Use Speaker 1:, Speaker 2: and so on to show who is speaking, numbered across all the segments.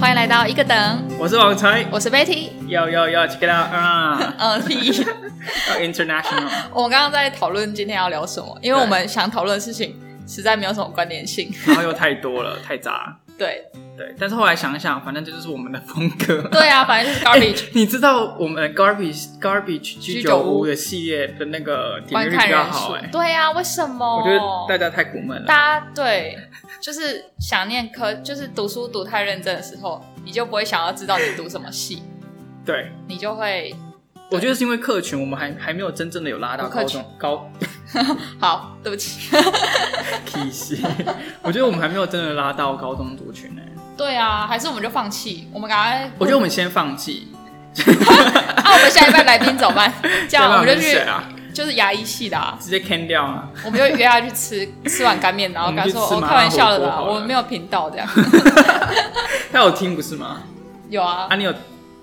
Speaker 1: 欢迎来到一个等，
Speaker 2: 我是王才，
Speaker 1: 我是 Betty。
Speaker 2: 要要要，check it out 啊、
Speaker 1: 嗯，屁！
Speaker 2: 要 international，
Speaker 1: 我们刚刚在讨论今天要聊什么，因为
Speaker 2: 对
Speaker 1: 我们想讨论的事情实在没有什么关联性。
Speaker 2: 然后又太多了，太杂。
Speaker 1: 对，
Speaker 2: 对，但是后来想想，反正这就是我们的风格。哎
Speaker 1: 对啊，反正就是 garbage。
Speaker 2: 你知道我们 garbage garbage 居酒
Speaker 1: 居酒屋
Speaker 2: 屋的系列的那个点
Speaker 1: 观
Speaker 2: 阅率
Speaker 1: 看
Speaker 2: 比较
Speaker 1: 人
Speaker 2: 好
Speaker 1: 数
Speaker 2: 哎、，
Speaker 1: 对啊，为什么？
Speaker 2: 我觉得大家太苦闷了。
Speaker 1: 大家对，就是想念科，就是读书读太认真的时候，你就不会想要知道你读什么系，
Speaker 2: 对，
Speaker 1: 你就会
Speaker 2: 我觉得是因为客群，我们还还没有真正的有拉到
Speaker 1: 不客
Speaker 2: 高
Speaker 1: 群
Speaker 2: 中高
Speaker 1: 好，对不起。
Speaker 2: 体系，我觉得我们还没有真的拉到高中族群呢、
Speaker 1: 对啊，还是我们就放弃，我们赶快。
Speaker 2: 我觉得我们先放弃，
Speaker 1: 啊，我们下一班来宾怎么 办？这样
Speaker 2: 要
Speaker 1: 我
Speaker 2: 不
Speaker 1: 们
Speaker 2: 然
Speaker 1: 就
Speaker 2: 谁
Speaker 1: 去
Speaker 2: 啊？
Speaker 1: 就是牙医系的啊，
Speaker 2: 直接 can 掉啊！
Speaker 1: 我们就约他去吃，吃完干面，然后
Speaker 2: 我
Speaker 1: 跟
Speaker 2: 们
Speaker 1: 他
Speaker 2: 去
Speaker 1: 说：“
Speaker 2: 吃
Speaker 1: 我、
Speaker 2: 麻
Speaker 1: 开
Speaker 2: 辣
Speaker 1: 玩笑
Speaker 2: 火
Speaker 1: 的
Speaker 2: 锅
Speaker 1: 啦，
Speaker 2: 好了
Speaker 1: 我没有频道这样。
Speaker 2: 他有听不是吗？”
Speaker 1: 有啊
Speaker 2: 啊，，你有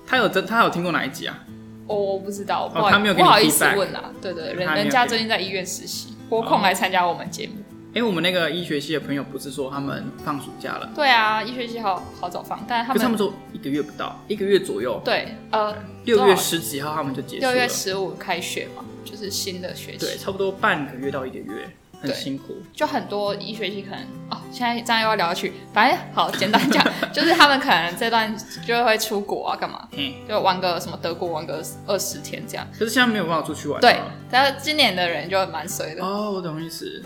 Speaker 2: 他有真他有听过哪一集啊？
Speaker 1: 我我不知道，不好、
Speaker 2: 哦他没有给
Speaker 1: 不
Speaker 2: 你
Speaker 1: 好意思
Speaker 2: feedback 哦
Speaker 1: 问啦。对对，人
Speaker 2: 他没有
Speaker 1: 人家
Speaker 2: 给哦
Speaker 1: 最近在医院实习，拨空来参加我们节目。
Speaker 2: 因为我们那个医学系的朋友不是说他们放暑假了，
Speaker 1: 对啊，医学系好好早放，但是他
Speaker 2: 可
Speaker 1: 们
Speaker 2: 是他们说一个月不到，一个月左右，
Speaker 1: 对呃
Speaker 2: 六月
Speaker 1: 多少
Speaker 2: 十几号他们就结束
Speaker 1: 六
Speaker 2: 了，
Speaker 1: 月十五开学嘛，就是新的学
Speaker 2: 对，
Speaker 1: 期，
Speaker 2: 差不多半个月到一个月，很
Speaker 1: 对
Speaker 2: 辛苦。
Speaker 1: 就很多医学系可能哦，现在这样又要聊下去，反正好简单讲， 就是他们可能这段就会出国啊，干嘛
Speaker 2: 嗯，
Speaker 1: 就玩个什么德国玩个二十天这样。
Speaker 2: 可是现在没有办法出去玩了。
Speaker 1: 对，但是今年的人就蛮随的，
Speaker 2: 哦，我懂意思，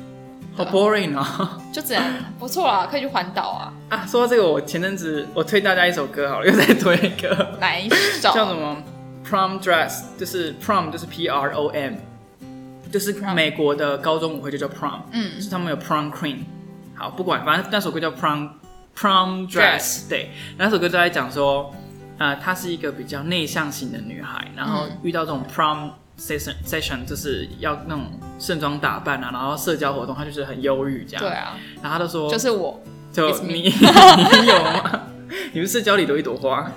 Speaker 2: 好
Speaker 1: 对
Speaker 2: boring 哦。
Speaker 1: 就只能不错啦，可以去环岛啊，
Speaker 2: 啊，说到这个，我前阵子我推大家一首歌好了，又再推一个，
Speaker 1: 哪一
Speaker 2: 叫什
Speaker 1: 种？
Speaker 2: 么 prom dress，就是 prom 就是 P R O M，就是美国的高中舞会就叫 prom，
Speaker 1: 嗯
Speaker 2: 就是他们有 prom queen。好，不管，反正那首歌叫 prom prom dress，, 对，那首歌就在讲说，呃，她是一个比较内向型的女孩，然后
Speaker 1: 嗯
Speaker 2: 遇到这种 prom session session，就是要那种盛装打扮啊，然后社交活动，她就是很忧郁这样。
Speaker 1: 对啊，
Speaker 2: 然后她就说，
Speaker 1: 就是我，
Speaker 2: 就
Speaker 1: it's me
Speaker 2: 你你 有吗？你们社交里的一朵花，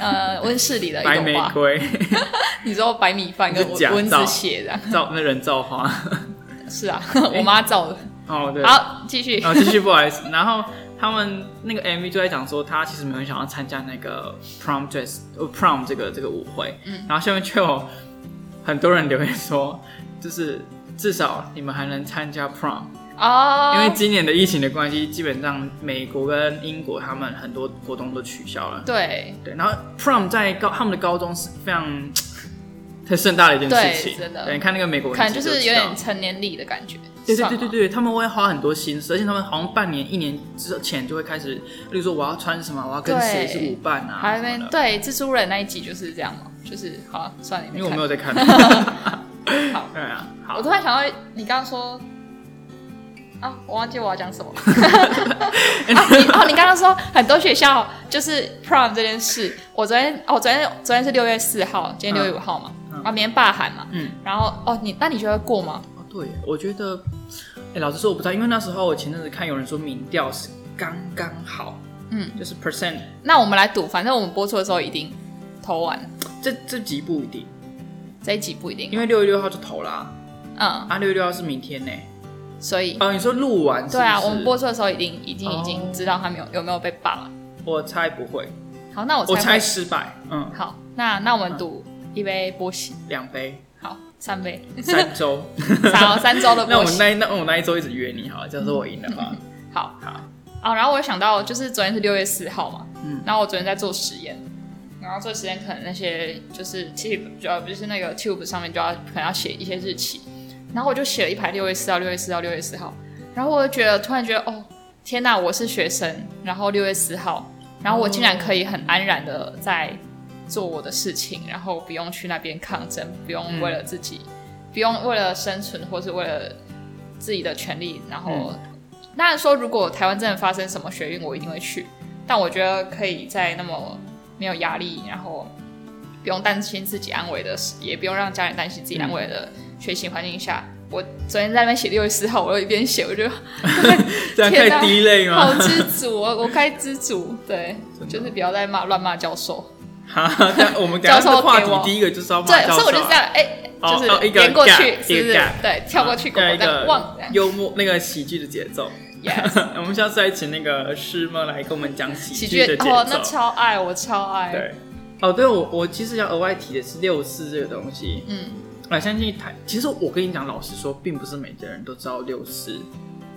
Speaker 1: 呃，温室里的
Speaker 2: 白
Speaker 1: 一
Speaker 2: 玫
Speaker 1: 朵花，
Speaker 2: 瑰。
Speaker 1: 你知道白米饭跟
Speaker 2: 你是假
Speaker 1: 蚊
Speaker 2: 造
Speaker 1: 子血这样，
Speaker 2: 造那人造花。
Speaker 1: 是 啊，我妈造的。
Speaker 2: 哦，哎对。
Speaker 1: 好，继续。
Speaker 2: 然后继续，不好意思。然 后他们那个 MV 就在讲说，他其实没有想要参加那个 prom dress 呃 prom 这个这个舞会。
Speaker 1: 嗯
Speaker 2: 然后下面就有很多人留言说，就是至少你们还能参加 prom，、
Speaker 1: 哦，
Speaker 2: 因为今年的疫情的关系，基本上美国跟英国他们很多活动都取消了。
Speaker 1: 对
Speaker 2: 对，然后 prom 在高他们的高中是非常很盛大的一件
Speaker 1: 对
Speaker 2: 事情。
Speaker 1: 真的
Speaker 2: 对，你看那个美国人
Speaker 1: 可能就
Speaker 2: 自己
Speaker 1: 是
Speaker 2: 知
Speaker 1: 有
Speaker 2: 道
Speaker 1: 点成年礼的感觉，
Speaker 2: 对对
Speaker 1: 算
Speaker 2: 对
Speaker 1: 吗
Speaker 2: 对对，他们会花很多心思，而且他们好像半年、一年之前就会开始，例如说我要穿什么，我要跟谁是舞伴啊，
Speaker 1: 还
Speaker 2: 什
Speaker 1: 没
Speaker 2: 么的
Speaker 1: 对蜘蛛人那一集就是这样嘛，就是好，算了，你
Speaker 2: 因为
Speaker 1: 看
Speaker 2: 我没有在看。
Speaker 1: 好
Speaker 2: 对啊，
Speaker 1: 我
Speaker 2: 好
Speaker 1: 突，然想到你刚刚说啊，我忘记我要讲 什么啊，你哦，你刚刚说很多学校就是 prom 这件事，我昨天哦，我昨天昨天是六月四号，今天六月五号嘛，
Speaker 2: 嗯嗯
Speaker 1: 啊，明天罢韩嘛，
Speaker 2: 嗯，
Speaker 1: 然后哦，你那你觉得过吗？
Speaker 2: 哦对，我觉得，哎，老实说我不知道，因为那时候我前阵子看有人说民调是刚刚好，
Speaker 1: 嗯，
Speaker 2: 就是 percent，
Speaker 1: 那我们来赌，反正我们播出的时候一定投完，
Speaker 2: 这这集不一定，
Speaker 1: 这一集不一定，
Speaker 2: 因为六月六号就投啦，
Speaker 1: 嗯，
Speaker 2: 啊，六月六号是明天呢。
Speaker 1: 所以
Speaker 2: 哦，你说录完是不是
Speaker 1: 对啊，我们播出的时候已经已经
Speaker 2: 哦
Speaker 1: 已经知道他没有有没有被罢了。
Speaker 2: 我猜不会，
Speaker 1: 好，那我
Speaker 2: 我
Speaker 1: 猜
Speaker 2: 猜
Speaker 1: 会
Speaker 2: 失败，嗯，
Speaker 1: 好，那那我们赌一杯波西，
Speaker 2: 两 杯，
Speaker 1: 好，三杯，
Speaker 2: 三周。
Speaker 1: 好，三周的
Speaker 2: 那
Speaker 1: 波
Speaker 2: 我
Speaker 1: 西。
Speaker 2: 那一那我那一周一直约你好了，这样是我赢了 吧？
Speaker 1: 好
Speaker 2: 好
Speaker 1: 啊，然后我想到就是昨天是六月四号嘛，
Speaker 2: 嗯
Speaker 1: 然后我昨天在做实验，然后做实验可能那些就是 tube 就要就是那个 tube 上面就要可能要写一些日期，然后我就写了一排六月四号、六月四号、六月四号，然后我就觉得突然觉得哦天哪，我是学生，然后六月四号，然后我竟然可以很安然的在做我的事情，然后不用去那边抗争，不用
Speaker 2: 嗯
Speaker 1: 为了自己，不用为了生存或是为了自己的权利，然后
Speaker 2: 嗯
Speaker 1: 当然说，如果台湾真的发生什么学运，我一定会去。但我觉得可以在那么没有压力，然后不用担心自己安危的事，也不用让家人担心自己安危的学习环境下，我昨天在那边写六月四号，我又一边写，我觉得
Speaker 2: 这样
Speaker 1: 天哪
Speaker 2: 太低 类
Speaker 1: 好
Speaker 2: 吗？
Speaker 1: 知足，我我该知足。对，
Speaker 2: 真的
Speaker 1: 就是不要再骂乱骂教授。
Speaker 2: 哈，但我们等一
Speaker 1: 教
Speaker 2: 下
Speaker 1: 授
Speaker 2: 这话
Speaker 1: 给我
Speaker 2: 题第一个就是要骂
Speaker 1: 对，
Speaker 2: 教
Speaker 1: 所以
Speaker 2: 授
Speaker 1: 我就这
Speaker 2: 啊，
Speaker 1: 样，哎、
Speaker 2: 哦
Speaker 1: 就是
Speaker 2: 哦一个
Speaker 1: 连过去，
Speaker 2: gap，
Speaker 1: 是
Speaker 2: 哦
Speaker 1: 不
Speaker 2: 一
Speaker 1: 是
Speaker 2: 个 gap？？
Speaker 1: 对，跳过去，
Speaker 2: 再
Speaker 1: 我
Speaker 2: 一
Speaker 1: 再
Speaker 2: 个
Speaker 1: 忘。
Speaker 2: 幽默那个喜剧的节奏，
Speaker 1: Yes，
Speaker 2: 我们下次再请那个师妹来跟我们讲喜
Speaker 1: 喜
Speaker 2: 剧
Speaker 1: 剧
Speaker 2: 的节奏。
Speaker 1: 哦，那超爱，我超爱。，
Speaker 2: 对，哦，对我我其实要额外提的是六四这个东西。
Speaker 1: 嗯，
Speaker 2: 我相信台，其实我跟你讲，老实说，并不是每个人都知道六四。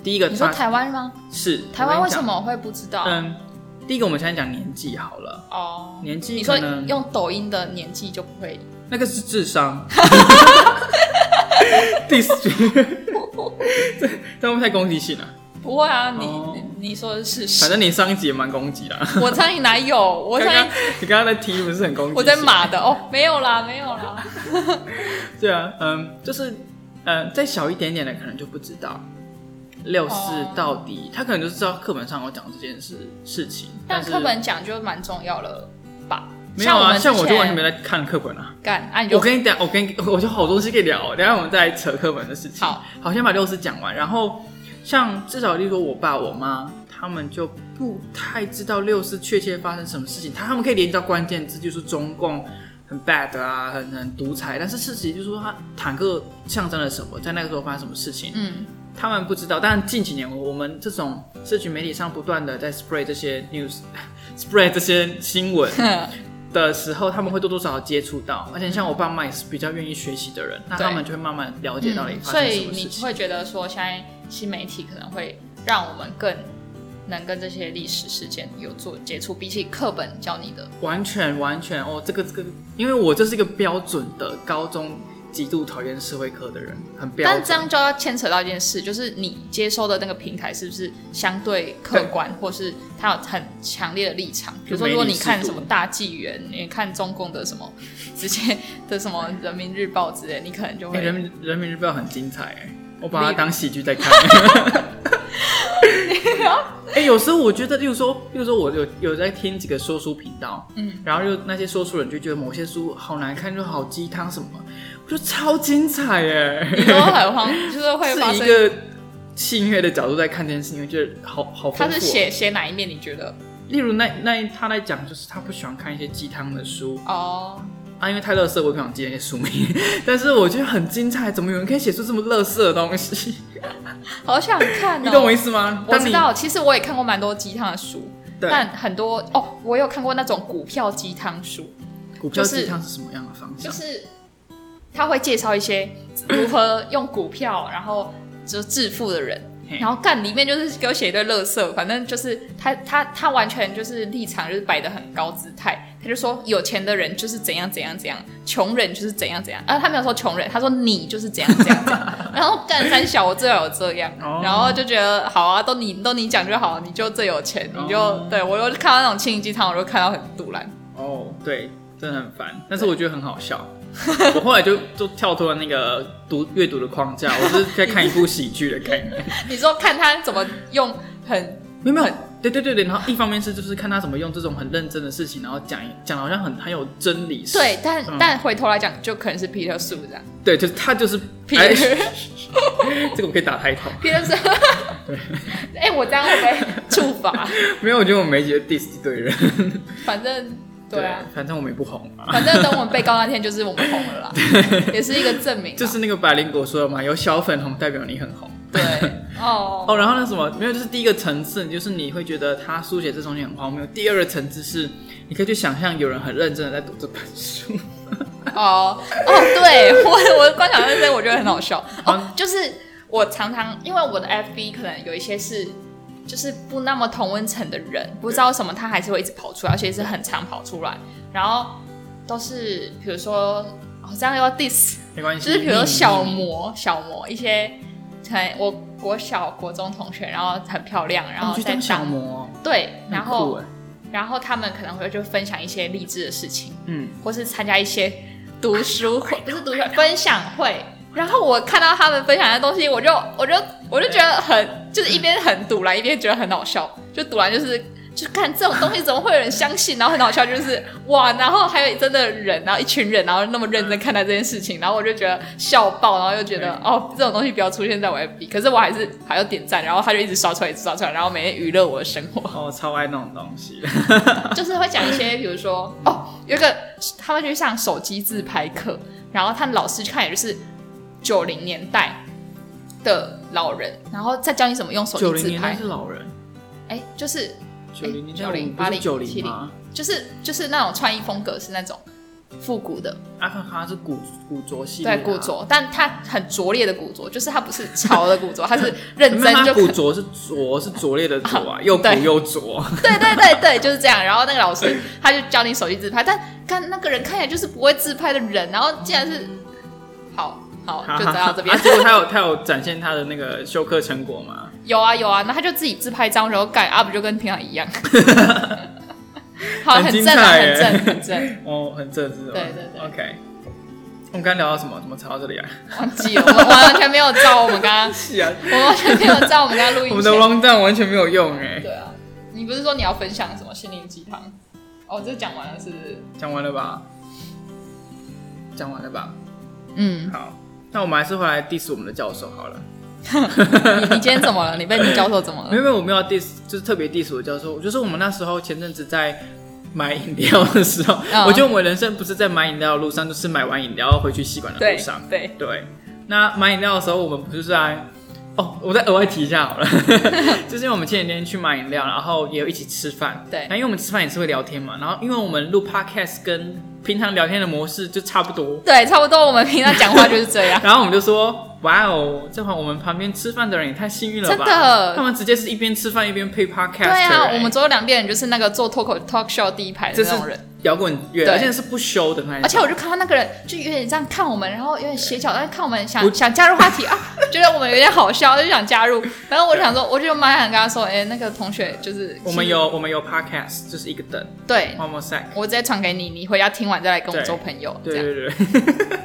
Speaker 2: 第一个
Speaker 1: 你说
Speaker 2: 它
Speaker 1: 台湾吗？
Speaker 2: 是
Speaker 1: 台湾
Speaker 2: 我
Speaker 1: 为
Speaker 2: 跟你
Speaker 1: 什
Speaker 2: 讲
Speaker 1: 么会不知道？
Speaker 2: 嗯，第一个我们现在讲年纪好了，
Speaker 1: 哦，
Speaker 2: 年纪
Speaker 1: 你说
Speaker 2: 可能
Speaker 1: 用抖音的年纪就不会，
Speaker 2: 那个是 智商。第四， 这会不会太攻击性了、
Speaker 1: 不会啊，你
Speaker 2: 哦
Speaker 1: 你你说的是事实。
Speaker 2: 反正你上一集也蛮攻击的啊。
Speaker 1: 我猜你哪有？我
Speaker 2: 刚
Speaker 1: 猜
Speaker 2: 刚你刚刚的题不是很攻击？
Speaker 1: 我在。码的哦，没有啦，没有啦。
Speaker 2: 对啊，嗯，就是嗯，再小一点点的可能就不知道六四
Speaker 1: 哦
Speaker 2: 到底，他可能就是知道课本上有讲这件事事情，
Speaker 1: 但
Speaker 2: 是
Speaker 1: 课本讲就蛮重要了吧？
Speaker 2: 没有啊，
Speaker 1: 像
Speaker 2: 像
Speaker 1: 我
Speaker 2: 我
Speaker 1: 们之前
Speaker 2: 就完全没在看课本啊。
Speaker 1: 干，啊你就
Speaker 2: 我跟你讲，我跟你，我就好多东西可以聊，等一下我们再扯课本的事情。
Speaker 1: 好，
Speaker 2: 好，先把六四讲完，然后像至少例如说我爸我妈。他们就不太知道六四确切发生什么事情，他他们可以连到关键字，就是中共很 bad 啊，很很独裁，但是事实就是说，他坦克象征了什么，在那个时候发生什么事情，
Speaker 1: 嗯
Speaker 2: 他们不知道。但近几年，我们这种社群媒体上不断的在 spread 这些 news，spread 这些新闻，
Speaker 1: 嗯
Speaker 2: 的时候，他们会多多少少接触到，而且像我爸妈也是比较愿意学习的人，那
Speaker 1: 对
Speaker 2: 他们就会慢慢了解到底
Speaker 1: 嗯，
Speaker 2: 发
Speaker 1: 所
Speaker 2: 生什
Speaker 1: 以
Speaker 2: 么事
Speaker 1: 你
Speaker 2: 情。
Speaker 1: 会觉得说现在新媒体可能会让我们更能跟这些历史事件有做接触，比起课本教你的，
Speaker 2: 完全完全哦，这个这个，因为我就是一个标准的高中极度讨厌社会科的人，很标准。
Speaker 1: 但这样就要牵扯到一件事，就是你接收的那个平台是不是相对客观，或是它有很强烈的立场？比如说，
Speaker 2: 就
Speaker 1: 如
Speaker 2: 没理
Speaker 1: 果你看
Speaker 2: 是
Speaker 1: 什
Speaker 2: 读
Speaker 1: 么大纪元，你看中共的什么直接的什么人民日报之类，你可能就
Speaker 2: 哎人
Speaker 1: 会
Speaker 2: 民人民日报很精彩哎，我把它
Speaker 1: 例如
Speaker 2: 当喜剧 在看。哎、有时候我觉得，例如说，例如说，我有有在听几个说书频道，嗯
Speaker 1: 嗯，
Speaker 2: 然后又那些说书人就觉得某些书好难看，就好鸡汤什么，我觉得超精彩
Speaker 1: 你
Speaker 2: 哎，
Speaker 1: 都很慌，就是会发
Speaker 2: 是一
Speaker 1: 生。
Speaker 2: 个戏谑的角度在看这件事情，我觉得好好丰富哦。
Speaker 1: 他是写写哪一面？你觉得？
Speaker 2: 例如那那一他在讲，就是他不喜欢看一些鸡汤的书，
Speaker 1: 哦，
Speaker 2: 啊，因为太垃圾，我也不想记那些书名。 但是我觉得很精彩，怎么有人可以写出这么垃圾的东西？
Speaker 1: 好想看、哦。
Speaker 2: 你懂我意思吗？
Speaker 1: 我
Speaker 2: 当
Speaker 1: 知
Speaker 2: 你
Speaker 1: 道，其实我也看过蛮多鸡汤的书，
Speaker 2: 对
Speaker 1: 但很多哦，我有看过那种股票鸡汤书，
Speaker 2: 股票
Speaker 1: 就是
Speaker 2: 鸡汤是什么样的方
Speaker 1: 就
Speaker 2: 向？
Speaker 1: 是他会介绍一些如何用股票，然后就致富的人
Speaker 2: 嘿。
Speaker 1: 然后干里面就是给我写一堆乐色，反正就是他他他完全就是立场就是摆的很高姿态，他就说有钱的人就是怎样怎样怎样，穷人就是怎样怎样，啊他没有说穷人，他说你就是怎样怎样怎样，然后干三小我最好有这样，
Speaker 2: 哦
Speaker 1: 然后就觉得好啊，都你都你讲就好，你就最有钱，你就、
Speaker 2: 哦
Speaker 1: 对我又看到那种心灵鸡汤，我就看到很堵然，
Speaker 2: 哦，对，真的很烦，但是我觉得很 好笑。我后来就就跳脱了那个读阅读的框架，我是在看一部喜剧的概念。
Speaker 1: 你说看他怎么用很
Speaker 2: 没有没有，对对对对。然后一方面是就是看他怎么用这种很认真的事情，然后讲讲得好像很很有真理。
Speaker 1: 对，但、
Speaker 2: 嗯
Speaker 1: 但回头来讲，就可能是 Peter s 这样。
Speaker 2: 对，就是 他就是哎
Speaker 1: Peter
Speaker 2: 这个我可以打开头。
Speaker 1: Peter s 哎、我这样会不会处罚？
Speaker 2: 没有，我觉得我每一集都 diss 一堆人。
Speaker 1: 反正 对啊，，
Speaker 2: 反正我们也不红嘛。
Speaker 1: 反正等我们被告那天，就是我们红了啦，也是一个证明啦。啊
Speaker 2: 就是那个百灵果说的嘛，有小粉红代表你很红。
Speaker 1: 对哦，
Speaker 2: 哦，然后那什么，没有，就是第一个层次，就是你会觉得他书写这东西很荒谬。第二个层次是，你可以去想象有人很认真的在读这本书。
Speaker 1: 哦哦，对我我观察到这些，我觉得很好笑哦
Speaker 2: 嗯。
Speaker 1: 就是我常常因为我的 FB 可能有一些是就是不那么同温层的人，不知道什么他还是会一直跑出来，而且是很常跑出来，然后都是比如说哦这样又要 diss，
Speaker 2: 没关系，嗯
Speaker 1: 就是比如说小
Speaker 2: 你
Speaker 1: 魔小魔一些可能我国小国中同学，然后很漂亮，然
Speaker 2: 哦
Speaker 1: 后
Speaker 2: 去
Speaker 1: 再
Speaker 2: 当小模，
Speaker 1: 对，然
Speaker 2: 很酷
Speaker 1: 后
Speaker 2: 哎
Speaker 1: 然后他们可能会就分享一些励志的事情。
Speaker 2: 嗯，
Speaker 1: 或是参加一些读书啊会，不是读书会分享会。然后我看到他们分享的东西，我就我就我就觉得很，就是一边很堵然，一边觉得很好笑。就堵然就是，就看这种东西怎么会有人相信，然后很好笑，就是哇，然后还有真的人，然后一群人，然后那么认真看待这件事情，然后我就觉得笑爆，然后又觉得哦，这种东西不要出现在我 FB。可是我还是还要点赞，然后他就一直刷出来，一直刷出来，然后每天娱乐我的生活。
Speaker 2: 哦，超爱那种东西。
Speaker 1: 就是会讲一些，比如说哦，有一个他们去上手机自拍课，然后他们老师看也就是九零年代的老人，然后再教你怎么用手
Speaker 2: 九
Speaker 1: 机
Speaker 2: 零
Speaker 1: 自
Speaker 2: 年代
Speaker 1: 拍
Speaker 2: 是。老人，
Speaker 1: 哎、就是
Speaker 2: 九零年代
Speaker 1: 90
Speaker 2: 我们不
Speaker 1: 80
Speaker 2: 是九零
Speaker 1: 70
Speaker 2: 吗？
Speaker 1: 就是就是那种穿衣风格是那种复古的，
Speaker 2: 阿凡达是古古着系列、
Speaker 1: 对
Speaker 2: 啊，
Speaker 1: 古着，但它很拙劣的古着，就是它不是潮的古着，它 是认
Speaker 2: 没有。
Speaker 1: 真
Speaker 2: 他
Speaker 1: 就
Speaker 2: 古
Speaker 1: 可
Speaker 2: 着是着是拙劣的拙啊，又古
Speaker 1: 对
Speaker 2: 又拙。
Speaker 1: 对对对对，就是这样。然后那个老师他就教你手机自拍，但看那个人看起来就是不会自拍的人，然后竟然是好好 就走到这边
Speaker 2: 啊。结果他有他有展现他的那个修课成果吗？
Speaker 1: 有啊有啊，那他就自己自拍一张，然后盖 up 就跟平常一 样。好，
Speaker 2: 很
Speaker 1: 很
Speaker 2: 精
Speaker 1: 正啊，
Speaker 2: 彩
Speaker 1: 很
Speaker 2: 耶
Speaker 1: 正，很正。
Speaker 2: 哦，很正直哦。
Speaker 1: 对对对
Speaker 2: OK，我们刚刚聊到什么？怎么扯到这里来？
Speaker 1: 忘记了，我们完全没有照我们刚刚，
Speaker 2: 是啊，
Speaker 1: 我们完全没有照我们刚刚录
Speaker 2: 我
Speaker 1: 音
Speaker 2: 们的
Speaker 1: 前。
Speaker 2: long down 完全没有用哎。
Speaker 1: 对啊，你不是说你要分享什么心灵鸡汤？哦，这讲完了是不是？
Speaker 2: 讲完了吧？讲完了吧？
Speaker 1: 嗯，
Speaker 2: 好，那我们还是回来 diss 我们的教授好了。
Speaker 1: 你你今天怎么了？你被你教授怎么了？
Speaker 2: 没有没有，我没有要 diss，就是特别 diss 我教授。就是我们那时候前阵子在买饮料的时候，
Speaker 1: 嗯
Speaker 2: 我觉得我们人生不是在买饮料的路上，就是买完饮料回去吸管的路上。
Speaker 1: 对，
Speaker 2: 对，那买饮料的时候，我们不是在哦，我再额外提一下 好了，就是因为我们前几天去买饮料，然后也有一起吃饭。
Speaker 1: 对
Speaker 2: 那因为我们吃饭也是会聊天嘛，然后因为我们录 podcast 跟平常聊天的模式就差不多，
Speaker 1: 对，差不多。我们平常讲话就是这 样，
Speaker 2: 然后我们就说，哇哦，正好我们旁边吃饭的人也太幸运了
Speaker 1: 真
Speaker 2: 吧。他
Speaker 1: 的。
Speaker 2: 们直接是一边吃饭一边配 podcast、
Speaker 1: 对
Speaker 2: 欸。
Speaker 1: 啊，我们左右两边人就是那个做 talk talk show 第一排的
Speaker 2: 这是
Speaker 1: 那种人，
Speaker 2: 摇滚乐，
Speaker 1: 对
Speaker 2: 而且是不修的那一
Speaker 1: 而且
Speaker 2: 种。
Speaker 1: 我就看到那个人就有点这样看我们，然后有点斜角，但是看我们想
Speaker 2: 我
Speaker 1: 想加入话题啊， 觉得我们有点好笑，就想加入。然后我想说，我就蛮想跟他说，哎、那个同学就是
Speaker 2: 我们有我们有 podcast，就是一个等
Speaker 1: 对
Speaker 2: one more sec。
Speaker 1: 我直接传给你，你回家听完再来跟我做朋友，这
Speaker 2: 对
Speaker 1: 样
Speaker 2: 对对。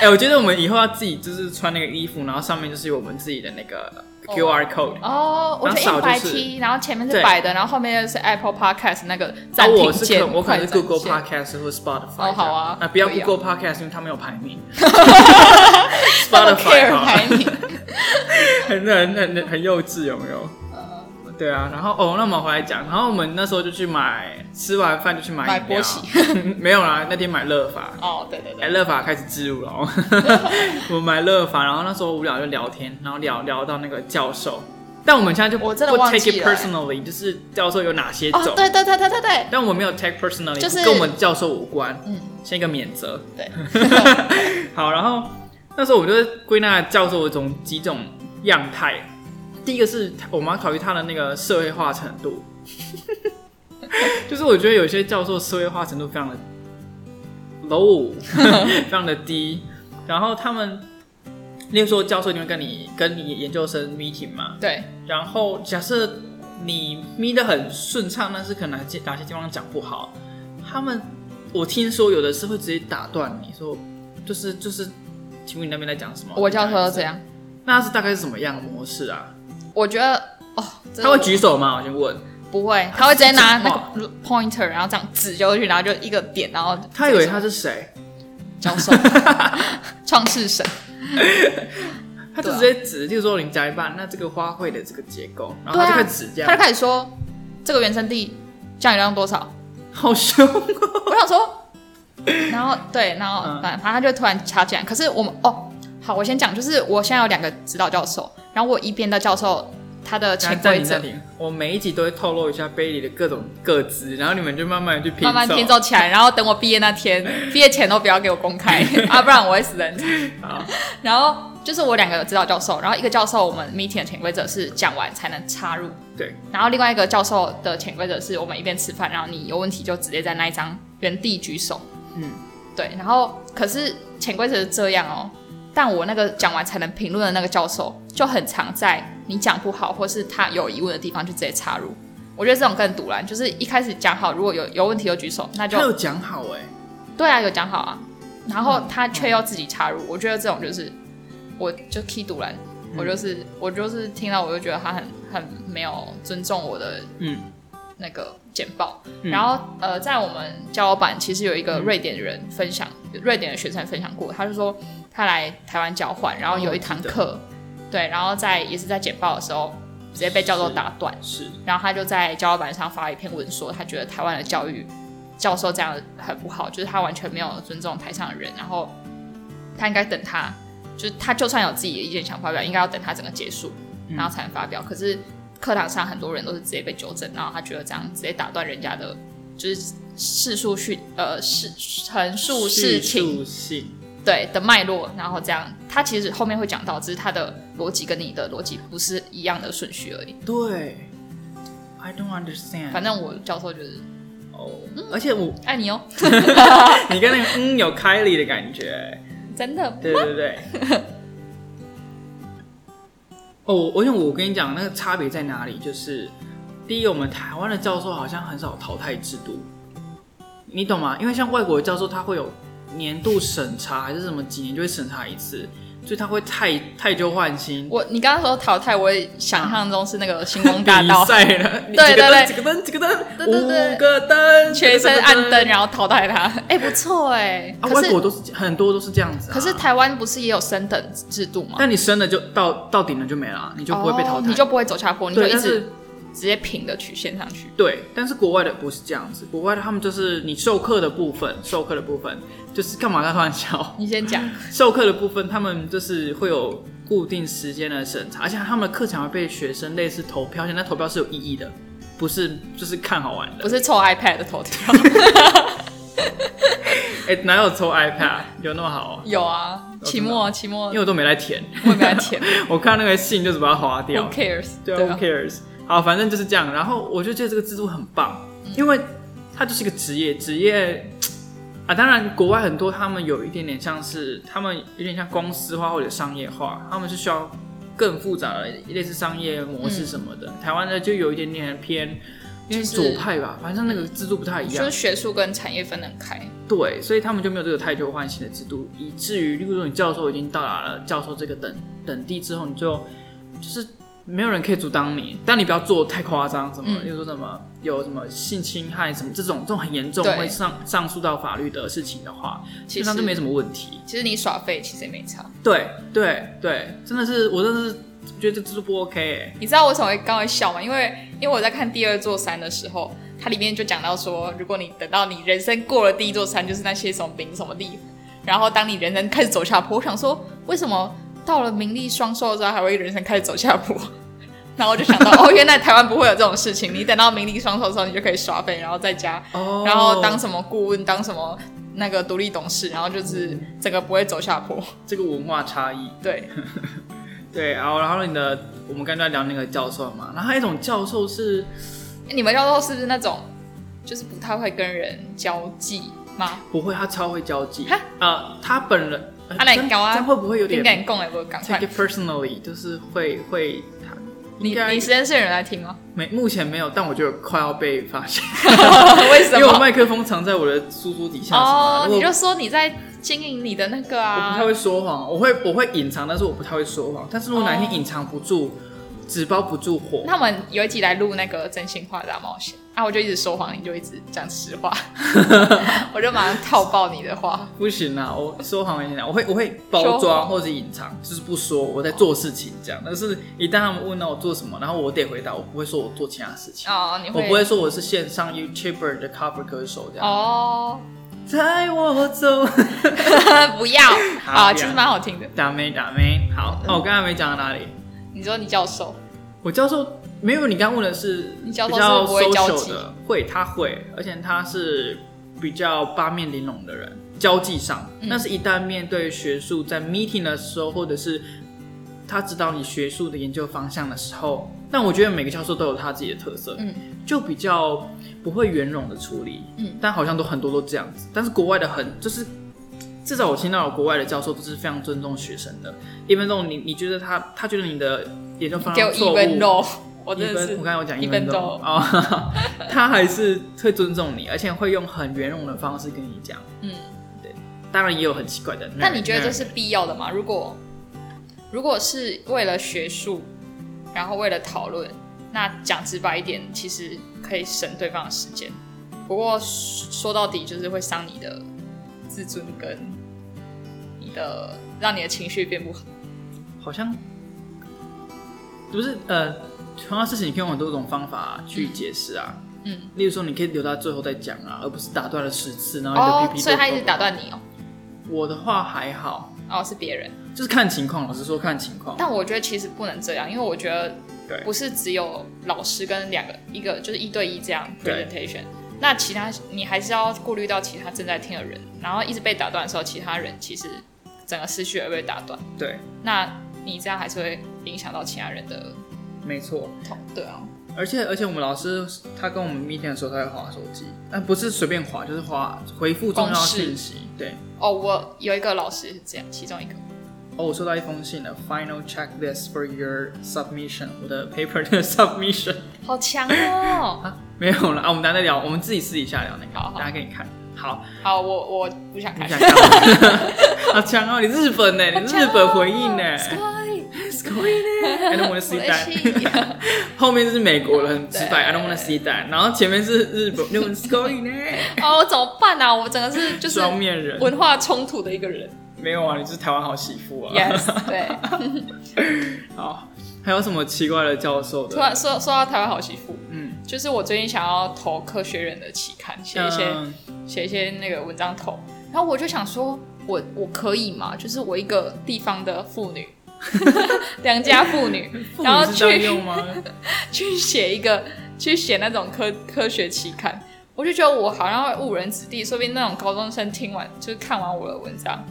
Speaker 2: 哎、我觉得我们以后要自己就是穿那个衣服，然后上面就是有我们自己的那个
Speaker 1: 哦
Speaker 2: QR code。
Speaker 1: 哦，我觉
Speaker 2: 然后
Speaker 1: 得
Speaker 2: 扫
Speaker 1: 一
Speaker 2: 就
Speaker 1: 白
Speaker 2: 是
Speaker 1: T，然后前面是
Speaker 2: 对
Speaker 1: 白的，然后后面是 Apple Podcast 那个
Speaker 2: 啊，
Speaker 1: 暂停
Speaker 2: 我是
Speaker 1: 键，
Speaker 2: 可我可能是
Speaker 1: 快闪
Speaker 2: Google
Speaker 1: 键
Speaker 2: Podcast 或 Spotify 这
Speaker 1: 哦
Speaker 2: 样。
Speaker 1: 好啊
Speaker 2: 啊，不要
Speaker 1: 可以啊
Speaker 2: Google Podcast，因为它没有排 名。
Speaker 1: 那 么
Speaker 2: Spotify 啊
Speaker 1: care
Speaker 2: 好
Speaker 1: 排名。
Speaker 2: 很很很很幼稚，有没有？
Speaker 1: 嗯
Speaker 2: 对啊，然后哦，那我们回来讲，然后我们那时候就去买，吃完饭就去买
Speaker 1: 买
Speaker 2: 饮料
Speaker 1: 波喜
Speaker 2: 没有啦，那天买乐法，
Speaker 1: 哦，对对 对，
Speaker 2: 哎，乐法开始置入了哦， 我买乐法，然后那时候无聊就聊天，然后聊聊到那个教授，但我们现在就不
Speaker 1: 我真的
Speaker 2: 不
Speaker 1: 忘
Speaker 2: take
Speaker 1: 记
Speaker 2: it
Speaker 1: 了哎
Speaker 2: personally，就是教授有哪些
Speaker 1: 哦
Speaker 2: 种，
Speaker 1: 对对对对对对，
Speaker 2: 但我们没有 take personally，
Speaker 1: 就是
Speaker 2: 跟我们教授无关，
Speaker 1: 嗯，
Speaker 2: 先一个免责。
Speaker 1: 对，
Speaker 2: 好，然后那时候我就归纳教授有种几种样态，第一个是我们要考虑他的那个社会化程度， 就是我觉得有些教授社会化程度非常的 low，非常的低，然后他们。例如说，教授你会跟你跟你研究生 meeting 嘛，
Speaker 1: 对
Speaker 2: 然后假设你眯得很顺畅，但是可能哪些哪些地方讲不好，他们我听说有的是会直接打断你说，就是就是，请问你那边在讲什么？
Speaker 1: 我教授都这
Speaker 2: 样，
Speaker 1: 样，
Speaker 2: 那是大概是什么样的模式啊？
Speaker 1: 我觉得哦，这
Speaker 2: 他会举手吗？我先问。
Speaker 1: 不会，
Speaker 2: 啊
Speaker 1: 他会直接拿那
Speaker 2: 他
Speaker 1: 个 pointer，然后这样指过去，然后就一个点，然后
Speaker 2: 他以为他是谁？
Speaker 1: 教 授创世神，
Speaker 2: 他
Speaker 1: 啊
Speaker 2: 就直接指，就是说你讲一半，那这个花卉的这个结构，然后
Speaker 1: 对啊
Speaker 2: 他就开始指这
Speaker 1: 他就
Speaker 2: 样，
Speaker 1: 开始说这个原生地降雨量多 少，
Speaker 2: 好凶哦。
Speaker 1: 我想说，然后对，然后
Speaker 2: 嗯
Speaker 1: 反反正他就突然插进来。可是我们哦，好，我先讲，就是我现在有两个指导教授，然后我一边的教授他的
Speaker 2: 等一
Speaker 1: 潜
Speaker 2: 下暂
Speaker 1: 规
Speaker 2: 停
Speaker 1: 则
Speaker 2: 暂停，我每一集都会透露一下 Bailey 的各种各自，然后你们就慢慢地去拼
Speaker 1: 慢慢
Speaker 2: 凑
Speaker 1: 拼凑起来，然后等我毕业那 天，毕业前都不要给我公开啊，不然我会死人。
Speaker 2: 好
Speaker 1: 然后就是我两个指导教授，然后一个教授我们 meeting 的潜规则是讲完才能插入，
Speaker 2: 对，
Speaker 1: 然后另外一个教授的潜规则是我们一边吃饭，然后你有问题就直接在那一张原地举手。
Speaker 2: 嗯，
Speaker 1: 对。然后可是潜规则是这样哦，但我那个讲完才能评论的那个教授就很常在你讲不好或是他有疑问的地方就直接插入。我觉得这种更堵然，就是一开始讲好，如果有有问题就举手，那就
Speaker 2: 他有讲好哎、
Speaker 1: 对啊，有讲好啊，然后
Speaker 2: 嗯
Speaker 1: 他却要自己插入，我觉得这种就是，我就踢堵篮，
Speaker 2: 嗯
Speaker 1: 我就是我就是听到我就觉得他很很没有尊重我的
Speaker 2: 嗯
Speaker 1: 那个简报。
Speaker 2: 嗯
Speaker 1: 然后呃，在我们交流版其实有一个瑞典人分享，瑞典的学生分享过，他就说他来台湾交换，然后有一堂
Speaker 2: 哦
Speaker 1: 课，对，然后在也是在简报的时候直接被教授
Speaker 2: 是
Speaker 1: 打断。
Speaker 2: 是
Speaker 1: 然后他就在教育版上发了一篇文说，他觉得台湾的教育教授这样很不好，就是他完全没有尊重台上的人，然后他应该等他就是他就算有自己的意见想发表，应该要等他整个结束，然后才能发表。可是课堂上很多人都是直接被纠正，然后他觉得这样直接打断人家的，就是叙述叙呃事陈述事情
Speaker 2: 叙述性
Speaker 1: 对的脉络，然后这样他其实后面会讲到，只是他的逻辑跟你的逻辑不是一样的顺序而已。
Speaker 2: 对，I don't understand。
Speaker 1: 反正我教授就是
Speaker 2: 哦，而且我
Speaker 1: 爱你哦，
Speaker 2: 你跟那个嗯有开理的感觉，
Speaker 1: 真的
Speaker 2: 对对对。 哦，我我想我跟你讲，那个差别在哪里？就是第一，我们台湾的教授好像很少淘汰制度，你懂吗？因为像外国的教授，他会有年度审查还是什么几年就会审查一次，所以他会太太旧换新。
Speaker 1: 我你刚刚说淘汰，我也想象中是那个星光大道
Speaker 2: 比，赛了， 你
Speaker 1: 对对对
Speaker 2: 几个灯，几个灯，
Speaker 1: 对
Speaker 2: 几
Speaker 1: 对
Speaker 2: 个灯，
Speaker 1: 对
Speaker 2: 五个灯，
Speaker 1: 全身暗灯，
Speaker 2: 啊！
Speaker 1: 然后淘汰他。哎、不错哎、可
Speaker 2: 外
Speaker 1: 是、
Speaker 2: 国都是很多都是这样子啊。
Speaker 1: 可是台湾不是也有升等制度吗？
Speaker 2: 但你升了就到到顶了就没了啊，你就不会被淘
Speaker 1: 哦
Speaker 2: 汰，
Speaker 1: 你就不会走下坡，你就
Speaker 2: 对，
Speaker 1: 一
Speaker 2: 但
Speaker 1: 直
Speaker 2: 是
Speaker 1: 直接平的曲线上去。
Speaker 2: 对，但是国外的不是这样子，国外的他们就是你授课的部分，授课的部分就是干嘛在乱笑？
Speaker 1: 你先讲，
Speaker 2: 授课的部分他们就是会有固定时间的审查，而且他们的课程会被学生类似投票，而且那投票是有意义的，不是就是看好玩的
Speaker 1: 不。是凑 iPad 的头条。
Speaker 2: 哎、哪有抽 iPad 有那么好、啊？
Speaker 1: 有啊，
Speaker 2: 哦
Speaker 1: 期末期末
Speaker 2: 因为我都没来填，
Speaker 1: 我也没来 填
Speaker 2: 我看到那个信就是把它划掉
Speaker 1: ，Who。cares？
Speaker 2: 对啊
Speaker 1: 对
Speaker 2: w h o
Speaker 1: 啊
Speaker 2: cares？好，反正就是这样。然后我就觉得这个制度很棒，
Speaker 1: 嗯
Speaker 2: 因为它就是一个职业，职业啊，当然国外很多他们有一点点像是，他们有点像公司化或者商业化，他们是需要更复杂的类似商业模式什么的。台湾呢就有一点点偏。因
Speaker 1: 嗯
Speaker 2: 为
Speaker 1: 就是
Speaker 2: 左派吧，反正那个制度不太一
Speaker 1: 就
Speaker 2: 样
Speaker 1: 是，学术跟产业分得很开。
Speaker 2: 对，所以他们就没有这个太旧换新的制度，以至于，例如说你教授已经到达了教授这个等等地之后，你就就是没有人可以阻挡你，但你不要做太夸张，什么，
Speaker 1: 嗯
Speaker 2: 例如说什么有什么性侵害什么这种这种很严重
Speaker 1: 对
Speaker 2: 会上上诉到法律的事情的话，基
Speaker 1: 其实
Speaker 2: 本上就没什么问题。
Speaker 1: 其实你耍废其实也没差。
Speaker 2: 对对对，真的是我真的是觉得这制度不 OK 哎、
Speaker 1: 你知道我为什么会刚会笑吗？因为因为我在看第二座山的时候，它里面就讲到说，如果你等到你人生过了第一座山，就是那些什么名什么利，然后当你人生开始走下坡，我想说为什么到了名利双收的时候，还会人生开始走下坡？然后我就想到， 哦，原来台湾不会有这种事情。你等到名利双收的时候，你就可以耍废，然后在家，
Speaker 2: 哦
Speaker 1: 然后当什么顾问，当什么那个独立董事，然后就是整个不会走下坡。
Speaker 2: 哦这个文化差异。
Speaker 1: 对，
Speaker 2: 对，然后然后你的我们刚才聊那个教授嘛，然后还有一种教授是。
Speaker 1: 你们教授是不是那种就是不太会跟人交际吗？
Speaker 2: 不会，他超会交际
Speaker 1: 哈。
Speaker 2: 呃，他本人，呃
Speaker 1: 啊那你
Speaker 2: 这样
Speaker 1: 搞啊
Speaker 2: 这样会不会有
Speaker 1: 应
Speaker 2: 点
Speaker 1: 该共哎，我赶快
Speaker 2: take。it personally？就是会会，他
Speaker 1: 你
Speaker 2: 应该
Speaker 1: 你实验室有人来听 吗？
Speaker 2: 没目前没有，但我觉得快要被发现，
Speaker 1: 为什
Speaker 2: 因为我
Speaker 1: 么？
Speaker 2: 麦克风藏在我的书桌底下。
Speaker 1: 哦，
Speaker 2: 如
Speaker 1: 你
Speaker 2: 果
Speaker 1: 就说你在经营你的那个
Speaker 2: 我不
Speaker 1: 啊
Speaker 2: 太，会说谎，我会我会隐藏，但是我不太会说谎。但是如果哪一天隐藏不住，纸包不住火，
Speaker 1: 哦那我们有一集来录那个真心话大冒险啊，我就一直说谎，你就一直讲实 话，我就马上套爆你的话。
Speaker 2: 不行啊！我说谎也行啊，我会我会包
Speaker 1: 说
Speaker 2: 装
Speaker 1: 谎
Speaker 2: 或者隐藏，就是不说我在做事情这样。但是一旦他们问到我做什么，然后我得回答，我不会说我做其他事情。
Speaker 1: 哦，你
Speaker 2: 我
Speaker 1: 会
Speaker 2: 不会说我是线上 YouTuber 的 cover 歌手这样。
Speaker 1: 哦，
Speaker 2: 带我走，
Speaker 1: 不要
Speaker 2: 好
Speaker 1: 啊，
Speaker 2: 不要
Speaker 1: 其实蛮好听的。
Speaker 2: 打妹打妹。好，
Speaker 1: 嗯
Speaker 2: 那我刚才没讲到哪里？
Speaker 1: 你说你教授，
Speaker 2: 我教授没有，你刚问的是
Speaker 1: 你
Speaker 2: 比
Speaker 1: 教授是
Speaker 2: 较
Speaker 1: 不会交际
Speaker 2: social 的，会他会，而且他是比较八面玲珑的人，交际上，
Speaker 1: 嗯
Speaker 2: 但是一旦面对学术，在 meeting 的时候，或者是他指导你学术的研究方向的时候，但我觉得每个教授都有他自己的特色，
Speaker 1: 嗯，
Speaker 2: 就比较不会圆融的处理，
Speaker 1: 嗯，
Speaker 2: 但好像都很多都这样子，但是国外的很就是。至少我听到的国外的教授都是非常尊重学生的，因为这种你你觉得他他觉得你的研究方
Speaker 1: 给
Speaker 2: 向
Speaker 1: 我
Speaker 2: 啊错
Speaker 1: 一
Speaker 2: 误，
Speaker 1: 分肉，我真
Speaker 2: 一
Speaker 1: 的
Speaker 2: 分，
Speaker 1: 是
Speaker 2: 我刚才有讲
Speaker 1: 一
Speaker 2: 一
Speaker 1: 分
Speaker 2: 分
Speaker 1: 钟
Speaker 2: 钟哦， 他还是会尊重你，而且会用很圆融的方式跟你讲。
Speaker 1: 嗯。
Speaker 2: 当然也有很奇怪的。
Speaker 1: 那你觉得这是必要的吗？如果如果是为了学术，然后为了讨论，那讲直白一点，其实可以省对方的时间。不过说到底，就是会伤你的自尊跟你的，让你的情绪变不好。
Speaker 2: 好像不是呃，同样的事情你可以用很多种方法去解释啊。
Speaker 1: 嗯，
Speaker 2: 例如说，你可以留到最后再讲啊，而不是打断了十次，然后你
Speaker 1: 哦
Speaker 2: 就噼，噼
Speaker 1: 所以他一
Speaker 2: 啪
Speaker 1: 直打断你哦，
Speaker 2: 我的话还好，
Speaker 1: 哦是别人，
Speaker 2: 就是看情况，老实说看情况。
Speaker 1: 但我觉得其实不能这样，因为我觉得
Speaker 2: 对
Speaker 1: 不是只有老师跟两个一个就是一对一这样
Speaker 2: 对
Speaker 1: presentation，那其他你还是要顾虑到其他正在听的人，然后一直被打断的时候，其他人其实整个思绪也被打断，
Speaker 2: 对，
Speaker 1: 那你这样还是会影响到其他人的
Speaker 2: 没错。
Speaker 1: 痛，对啊，
Speaker 2: 而且而且我们老师他跟我们 meeting 的时候，他会划手机，但不是随便划，就是划回复重要
Speaker 1: 公示
Speaker 2: 信息。对，
Speaker 1: 哦，我有一个老师是这样，其中一个，
Speaker 2: 哦，我收到一封信了，final checklist for your submission，我的 paper 的 submission
Speaker 1: 好强 哦！
Speaker 2: 啊，没有了啊，我们大家再聊，我们自己私底下聊那个，
Speaker 1: 好好
Speaker 2: 大家给你看。好，
Speaker 1: 好，我我不想
Speaker 2: 你
Speaker 1: 看
Speaker 2: 想。看吗？ 好强哦，你日本 呢？你日本回应呢
Speaker 1: Sky，
Speaker 2: ？I don't want to see
Speaker 1: 哦我
Speaker 2: that
Speaker 1: 的。心
Speaker 2: 后面是美国人，很直
Speaker 1: 对
Speaker 2: 白，I don't want to see that。然后前面是日 本，日本 scoring 呢？
Speaker 1: 哦，我怎么办啊？我整个是就是
Speaker 2: 双面人。
Speaker 1: 文化冲突的一个人。
Speaker 2: 没有啊，你是台湾好媳妇啊。
Speaker 1: Yes，对。
Speaker 2: 好，还有什么奇怪的教授
Speaker 1: 突
Speaker 2: 的？
Speaker 1: 然说说到台湾好媳妇，
Speaker 2: 嗯，
Speaker 1: 就是我最近想要投科学院的期刊，写一些
Speaker 2: 嗯
Speaker 1: 写一些那个文章投，然后我就想说，我我可以吗？就是我一个地方的妇女，良家妇女， 然后
Speaker 2: 妇女是这样
Speaker 1: 去
Speaker 2: 用吗？
Speaker 1: 去写一个去写那种科科学期刊，我就觉得我好像会误人子弟，说不定那种高中生听完就是看完我的文章，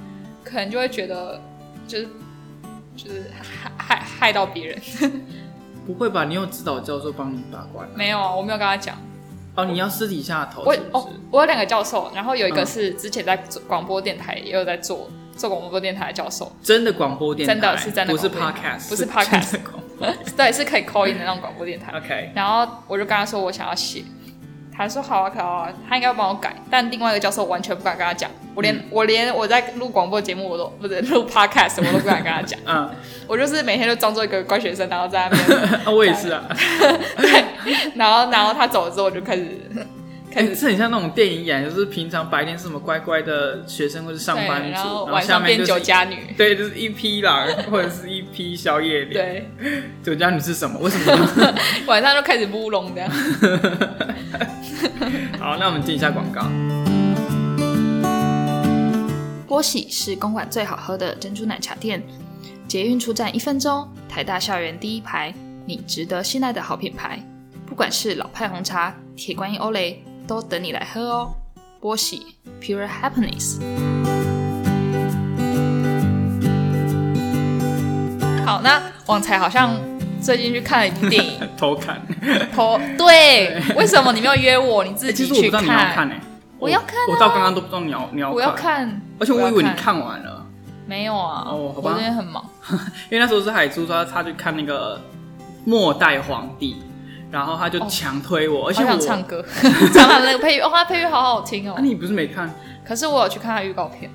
Speaker 1: 可能就会觉得就是就是害害害到别人。
Speaker 2: 不会吧？你有指导教授帮你把关？
Speaker 1: 没有啊，我没有跟他讲。
Speaker 2: 哦，你要私底下投
Speaker 1: 我
Speaker 2: 是不
Speaker 1: 哦
Speaker 2: 是？，
Speaker 1: 我有两个教授，然后有一个是之前在做广播电台也有在做做广播电台的教授，
Speaker 2: 真的广播电台，
Speaker 1: 真的是真的
Speaker 2: 不是
Speaker 1: 广播电台
Speaker 2: podcast，
Speaker 1: 不是 podcast
Speaker 2: 真的广播
Speaker 1: 对，是可以 call in 的那种广播电台。
Speaker 2: OK，
Speaker 1: 然后我就跟他说我想要写，他说好啊好啊，他应该要帮我改，但另外一个教授我完全不敢跟他讲，我连、
Speaker 2: 嗯
Speaker 1: 我连我在录广播节目我都不是录 podcast 我都不敢跟他讲，
Speaker 2: 嗯，
Speaker 1: 我就是每天都装作一个乖学生，然后在那边，
Speaker 2: 啊， 我也是啊，
Speaker 1: 然后然后他走了之后我就开始开
Speaker 2: 哎，
Speaker 1: 始
Speaker 2: 这很像那种电影演，就是平常白天是什么乖乖的学生或是上班
Speaker 1: 对，
Speaker 2: 族，
Speaker 1: 然后
Speaker 2: 后
Speaker 1: 晚
Speaker 2: 下
Speaker 1: 上
Speaker 2: 面
Speaker 1: 变
Speaker 2: 就
Speaker 1: 酒
Speaker 2: 是。
Speaker 1: 家女，
Speaker 2: 对，就是一批狼或者是一批宵夜脸。
Speaker 1: 对。
Speaker 2: 酒家女是什么？为什么？
Speaker 1: 晚上就开始乌龙这样。
Speaker 2: 好，那我们进一下广告。
Speaker 1: 波喜是公馆最好喝的珍珠奶茶店，捷运出站一分钟，台大校园第一排，你值得信赖的好品牌。不管是老派红茶、铁观音欧蕾，都等你来喝哦。波喜 Pure Happiness。好，那旺财好像最近去看了一部电影，
Speaker 2: 偷看。
Speaker 1: 头对，为什么你没有约我？你自
Speaker 2: 哎其
Speaker 1: 己
Speaker 2: 实我不
Speaker 1: 去
Speaker 2: 知道你要看诶、
Speaker 1: 我要看啊
Speaker 2: 我到刚刚都不知道你要你要
Speaker 1: 我要，看，
Speaker 2: 而且我以为
Speaker 1: 我
Speaker 2: 你
Speaker 1: 要看
Speaker 2: 看完了，
Speaker 1: 没有啊，
Speaker 2: 哦好吧
Speaker 1: 我最近很忙。
Speaker 2: 因为那时候是海珠说他去看那个末代皇帝，然后他就强推我，而且
Speaker 1: 哦好
Speaker 2: 我
Speaker 1: 想唱 歌，唱他的那个配乐，哦，他配乐好好听哦
Speaker 2: 啊，。你不是没看？
Speaker 1: 可是我有去看他的预告片，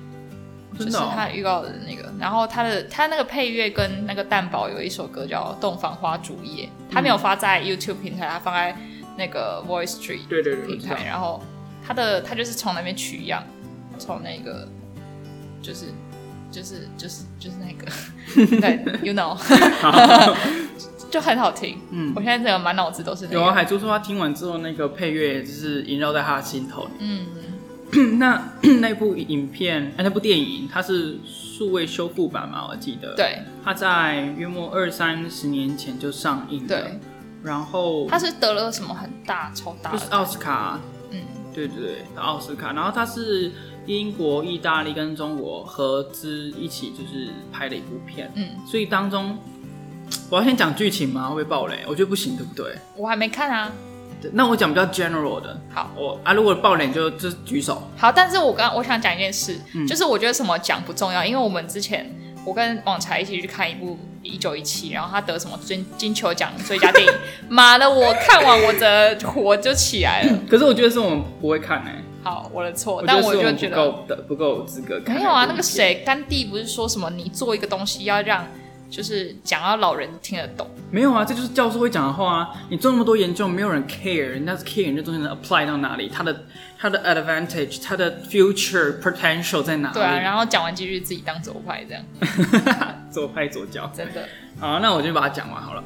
Speaker 1: 就
Speaker 2: 真
Speaker 1: 是
Speaker 2: 的、
Speaker 1: 他
Speaker 2: 哦？
Speaker 1: 的预告的那个，然后他的他那个配乐跟那个蛋堡有一首歌叫《洞房花烛夜》，他没有发在 YouTube 平台，他放在那个 Voice Tree
Speaker 2: 对对对，我
Speaker 1: 平
Speaker 2: 知道
Speaker 1: 台，。然后他的他就是从那边取样，从那个就是就是就是就是那 个，对，you know，就很好听。
Speaker 2: 嗯
Speaker 1: 我现在整个满脑子都是那
Speaker 2: 有啊，
Speaker 1: 个，
Speaker 2: 海珠说他听完之后，那个配乐就是萦绕在他的心头。
Speaker 1: 嗯。
Speaker 2: 那 那部影片，哎、那部电影，它是数位修复版嘛？我记得，，
Speaker 1: 对
Speaker 2: 它在约莫二三十年前就上映了。
Speaker 1: 对，，
Speaker 2: 然后
Speaker 1: 他是得了什么很大超大
Speaker 2: 就是
Speaker 1: 的，
Speaker 2: 奥斯卡，
Speaker 1: 嗯，
Speaker 2: 对对对，奥斯卡。然后它是英国、意大利跟中国合资一起就是拍的一部片，
Speaker 1: 嗯，
Speaker 2: 所以当中我要先讲剧情吗？会不会爆雷？我觉得不行，对不对？
Speaker 1: 我还没看啊。
Speaker 2: 对那我讲比较 general 的，
Speaker 1: 好，
Speaker 2: 我啊，如果爆雷你就就举手。
Speaker 1: 好，但是我刚我想讲一件事，
Speaker 2: 嗯
Speaker 1: 就是我觉得什么奖不重要，因为我们之前我跟网才一起去看一部《一九一七》，然后他得什么金金球奖最佳 电影，妈的，我看完我的火就起来了。
Speaker 2: 可是我觉得是我们不会看哎、
Speaker 1: 好，我的错，
Speaker 2: 嗯我
Speaker 1: 哦但
Speaker 2: 是我
Speaker 1: 就
Speaker 2: 们
Speaker 1: 觉
Speaker 2: 不
Speaker 1: 得
Speaker 2: 够的不够有资格看。
Speaker 1: 没 有啊，那个，谁甘地不是说什么你做一个东西要让就是讲到老人听得懂。
Speaker 2: 没有啊，这就是教授会讲的话啊。你做那么多研究，没有人 care，人家是 care 你这中间的 apply 到哪里，他的他的 advantage，他的 future potential 在哪里？
Speaker 1: 对啊，然后讲完继续自己当左派这样，
Speaker 2: 左拍左脚。
Speaker 1: 真的。
Speaker 2: 好，那我就把它讲完 好了。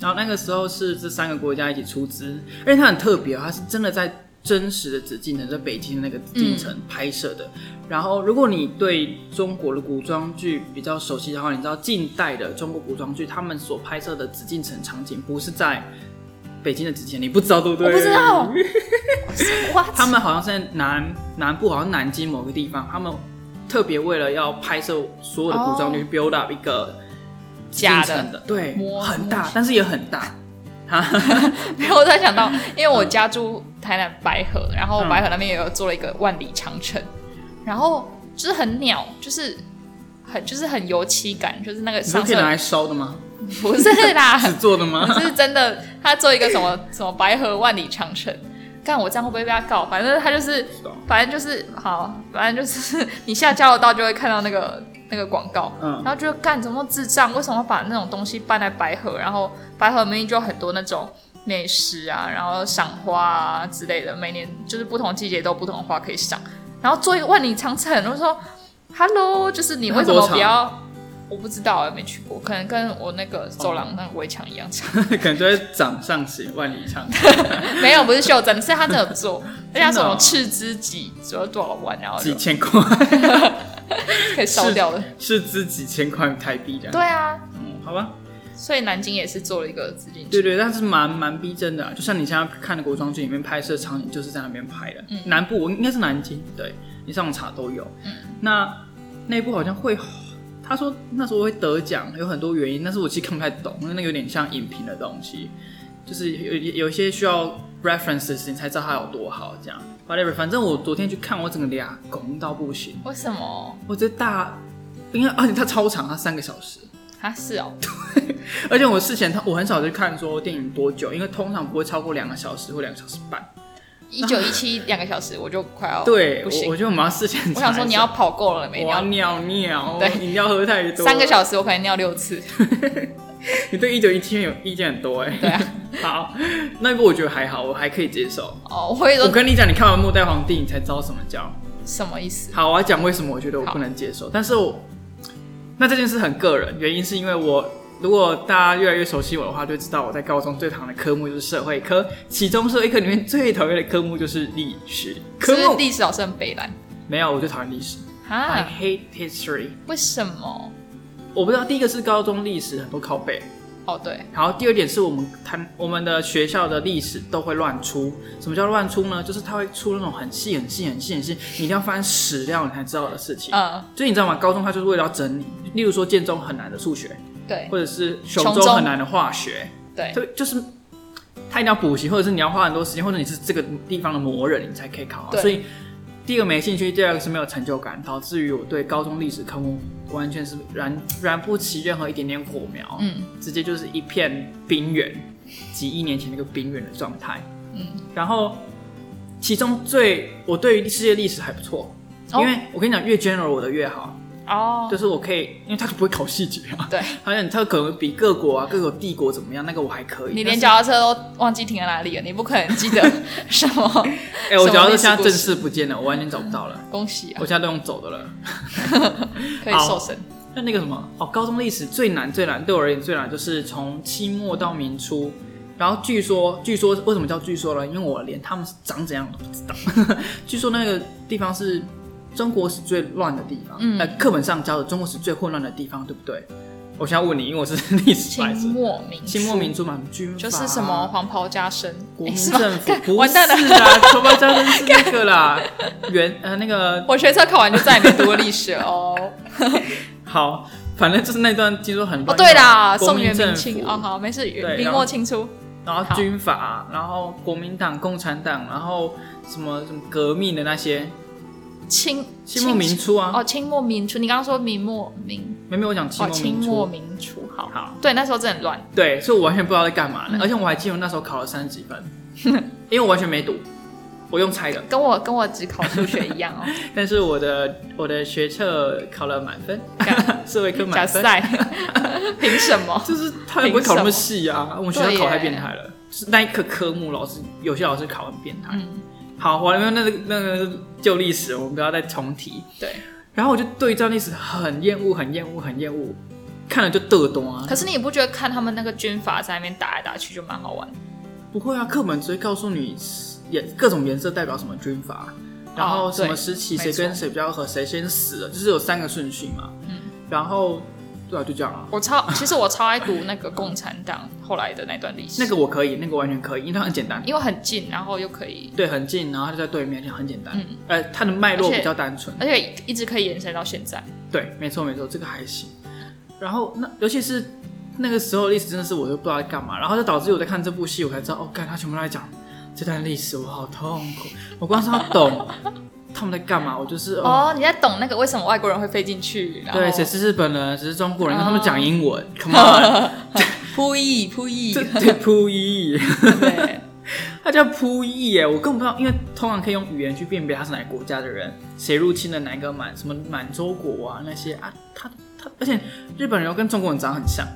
Speaker 2: 然后那个时候是这三个国家一起出资，而且它很特别哦，它是真的在真实的紫禁城，在北京的那个紫禁
Speaker 1: 嗯
Speaker 2: 城拍摄的。然后，如果你对中国的古装剧比较熟悉的话，你知道近代的中国古装剧他们所拍摄的紫禁城场景不是在北京的紫禁城，你不知道对不对？
Speaker 1: 我不知 道。哇，
Speaker 2: 他们好像是在南南部，好像南京某个地方，他们特别为了要拍摄所有的古装剧、build up 一个
Speaker 1: 哦假
Speaker 2: 进城
Speaker 1: 的
Speaker 2: 的，对
Speaker 1: 模，
Speaker 2: 很
Speaker 1: 模
Speaker 2: 大
Speaker 1: 型，
Speaker 2: 但是也很大。
Speaker 1: 没有，我才想到，
Speaker 2: 嗯
Speaker 1: 因为我家住台南白河，然后白河那边也有做了一个万里长城，然后就是很鸟，就是很就是很油漆感，就是那个
Speaker 2: 你是
Speaker 1: 上
Speaker 2: 可以拿
Speaker 1: 色
Speaker 2: 来烧的吗？
Speaker 1: 不是啦，
Speaker 2: 纸做的吗？
Speaker 1: 就是真的，他做一个什么什么白河万里长城，干我这样会不会被他告？反正他就是
Speaker 2: 知道，
Speaker 1: 反正就是好，反正就是 你下交流道就会看到那个那个广告，
Speaker 2: 嗯
Speaker 1: 然后就干怎么智障？为什么要把那种东西搬来白河？然后白河明明就有很多那种美食啊，然后赏花啊之类的，每年就是不同季节都有不同的花可以赏。然后做一个万里长城，我就说，Hello，就是你为什么不要？我不知道，我没去过，可能跟我那个走廊那个围墙一样长。
Speaker 2: 可能就会掌上型万里长城，
Speaker 1: 没有，不是袖珍，是他真的有做，而且他什
Speaker 2: 真的
Speaker 1: 么
Speaker 2: 哦
Speaker 1: 斥资几，主要多少万，然后就
Speaker 2: 几千块，
Speaker 1: 可以烧掉了。
Speaker 2: 是值几千块台币的。
Speaker 1: 对啊，
Speaker 2: 嗯，好吧，
Speaker 1: 所以南京也是做了一个紫禁城。
Speaker 2: 对对，但是蛮蛮逼真的啊、就像你现在看的国装剧里面拍摄场景，就是在那边拍的。
Speaker 1: 嗯
Speaker 2: 南部我应该是南京，对你上网查都有。
Speaker 1: 嗯
Speaker 2: 那那一部好像会，他说那时候会得奖，有很多原因，但是我其实看不太懂，因为那个有点像影评的东西，就是有有一些需要 references 你才知道它有多好这样。whatever，反正我昨天去看，我整个俩拱到不行，
Speaker 1: 为什么？
Speaker 2: 我这大，应该而且它超长，它三个小时。
Speaker 1: 他是哦，
Speaker 2: 而且我事前他我很少去看说电影多久，因为通常不会超过两个小时或两个小时半。
Speaker 1: 一九一七两个小时我就快要
Speaker 2: 对，
Speaker 1: 哦不
Speaker 2: 我
Speaker 1: 行。
Speaker 2: 我觉得我们要事前查一
Speaker 1: 我
Speaker 2: 下。
Speaker 1: 想说你要跑够了没？你
Speaker 2: 我要
Speaker 1: 要
Speaker 2: 尿尿，
Speaker 1: 对
Speaker 2: 饮料喝太多。
Speaker 1: 三个小时，我可能尿六次。
Speaker 2: 时，你对一九一七有意见很多哎、
Speaker 1: 对啊，
Speaker 2: 好，那一部我觉得还好，我还可以接受。
Speaker 1: 哦，我会
Speaker 2: 我
Speaker 1: 说
Speaker 2: 跟你讲，你看完《末代皇帝》，你才知道什么叫。
Speaker 1: 什么意思？
Speaker 2: 好，我要讲为什么我觉得我
Speaker 1: 好
Speaker 2: 不能接受，但是我那这件事很个人，原因是因为我如果大家越来越熟悉我的话，就知道我在高中最讨厌的科目就是社会科，其中社会科里面最讨厌的科目就是历史科
Speaker 1: 是不是
Speaker 2: 目。
Speaker 1: 历史老师很北蓝
Speaker 2: 没有，我就讨厌历史、i
Speaker 1: 啊？
Speaker 2: hate history。
Speaker 1: 为什么？
Speaker 2: 我不知道，第一个是高中历史很多拷贝，
Speaker 1: 哦，对，
Speaker 2: 然后第二点是我们谈我们的学校的历史都会乱出。什么叫乱出呢？就是它会出那种很细、很细、很细、很细，你一定要翻史料你才知道的事情。
Speaker 1: 嗯，
Speaker 2: 所以你知道吗？高中它就是为了要整理，例如说建中很难的数学，
Speaker 1: 对
Speaker 2: 或者是雄
Speaker 1: 雄
Speaker 2: 州
Speaker 1: 中
Speaker 2: 很难的化学，
Speaker 1: 对，
Speaker 2: 对，就是他一定要补习，或者是你要花很多时间，或者你是这个地方的魔人，你才可以考好。
Speaker 1: 对
Speaker 2: 所以第一个没兴趣，第二个是没有成就感，导致于我对高中历史科目完全是燃燃不起任何一点点火苗，
Speaker 1: 嗯
Speaker 2: 直接就是一片冰原，几亿年前那个冰原的状态。
Speaker 1: 嗯，
Speaker 2: 然后其中最我对于世界历史还不错，
Speaker 1: 哦
Speaker 2: 因为我跟你讲，越 general 我的越好。
Speaker 1: 哦
Speaker 2: 就，是我可以，因为他不会考细节啊。
Speaker 1: 对，
Speaker 2: 好像他可能比各国啊、各个帝国怎么样，那个我还可以。
Speaker 1: 你连
Speaker 2: 但
Speaker 1: 脚踏车都忘记停在哪里了，你不可能记 得什么？
Speaker 2: 是，哎、
Speaker 1: 什么
Speaker 2: 我脚踏车
Speaker 1: 历史
Speaker 2: 现在
Speaker 1: 故
Speaker 2: 正
Speaker 1: 事
Speaker 2: 式不见了，我完全找不到 了，
Speaker 1: 恭喜啊
Speaker 2: 我，现在都用走的了。
Speaker 1: 可以
Speaker 2: 好
Speaker 1: 瘦身。
Speaker 2: 那那个什么，哦，高中历史最难最难，对我而言最难就是从清末到明初。然后据说，据说为什么叫据说呢？因为我连他们是长怎样都不知道。 据说那个地方是中国史最乱的地方，
Speaker 1: 嗯
Speaker 2: 呃，课本上教的中国史最混乱的地方，对不对？我现在问你，因为我是历史白
Speaker 1: 清
Speaker 2: 痴。
Speaker 1: 末民初
Speaker 2: 清末民初嘛，军阀啊
Speaker 1: 就是什么黄袍加身，
Speaker 2: 国
Speaker 1: 诶
Speaker 2: 民
Speaker 1: 哎是吗
Speaker 2: 政府
Speaker 1: 干
Speaker 2: 不
Speaker 1: 完
Speaker 2: 是
Speaker 1: 蛋了。
Speaker 2: 啊，球包加分是那个啦，原呃那个
Speaker 1: 我学车考完就再也没读过历史了哦。
Speaker 2: 好，反正就是那段听说很
Speaker 1: 哦，
Speaker 2: 乱。
Speaker 1: 对啦，
Speaker 2: 国
Speaker 1: 宋
Speaker 2: 民
Speaker 1: 元
Speaker 2: 政
Speaker 1: 明
Speaker 2: 府
Speaker 1: 清哦，好，没事，
Speaker 2: 对
Speaker 1: 明
Speaker 2: 然后
Speaker 1: 末清初，
Speaker 2: 然后
Speaker 1: 好
Speaker 2: 军阀，然后国民党、共产党，然后什么什么革命的那些，
Speaker 1: 清
Speaker 2: 清末民初啊，
Speaker 1: 哦，清末民初，你刚刚说明末明
Speaker 2: 没有我讲清
Speaker 1: 哦，
Speaker 2: 末
Speaker 1: 清
Speaker 2: 民
Speaker 1: 末
Speaker 2: 初。
Speaker 1: 民初，好，
Speaker 2: 好，
Speaker 1: 对，那时候真的很乱，
Speaker 2: 对，所以我完全不知道在干嘛呢，
Speaker 1: 嗯
Speaker 2: 而且我还记得我那时候考了三十几分，因为我完全没读，我用猜的，
Speaker 1: 跟我跟我只考数学一样 哦，
Speaker 2: 但是我的我的学测考了满分，
Speaker 1: 干
Speaker 2: 社会科
Speaker 1: 假
Speaker 2: 满分。
Speaker 1: 赛， 凭什么？
Speaker 2: 就是他也不会考那么细啊，我们学校考太变态了。就是那一科科目老师有些老师考很变态。
Speaker 1: 嗯，
Speaker 2: 好，我那那个那个旧历史，我们不要再重提。
Speaker 1: 对，
Speaker 2: 然后我就对这段历史很厌恶，很厌恶，很厌恶，看了就嘚咚啊
Speaker 1: 可。是你不觉得看他们那个军阀在那边打来打去就蛮好玩的？
Speaker 2: 不会啊，课本只会告诉你颜各种颜色代表什么军阀，然后什么时期
Speaker 1: 对
Speaker 2: 谁
Speaker 1: 没
Speaker 2: 跟
Speaker 1: 错
Speaker 2: 谁比较合，谁先死了，就是有三个顺序嘛。嗯，然后对啊，就这样啊。
Speaker 1: 我超，其实我超爱读那个共产党 后来的那段历史，
Speaker 2: 那个我可以，那个完全可以，因为它很简单，
Speaker 1: 因为很近，然后又可以，
Speaker 2: 对，很近，然后它就在对面，而且很简单。
Speaker 1: 嗯，
Speaker 2: 呃，它的脉络
Speaker 1: 而且呃
Speaker 2: 比较单纯。
Speaker 1: 而且一直可以延伸到现在。
Speaker 2: 对，没错没错，这个还行。然后那尤其是那个时候的历史真的是我都不知道在干嘛，然后就导致我在看这部戏，我才知道哦，干他全部都在讲这段历史，我好痛苦。我光是要 懂他们在干嘛，我就是哦，
Speaker 1: 哦，你在懂那个为什么外国人会飞进去？然后
Speaker 2: 对，谁是日本人，谁是中国人，
Speaker 1: 哦
Speaker 2: 跟他们讲英文，Come on，
Speaker 1: 扑翼扑翼，
Speaker 2: 这这扑 一，
Speaker 1: 对，
Speaker 2: 他叫扑一耶，我根本不知道，因为通常可以用语言去辨别他是哪个国家的人，谁入侵了哪一个满什么满洲国啊那些啊，他他，而且日本人又跟中国人长很像，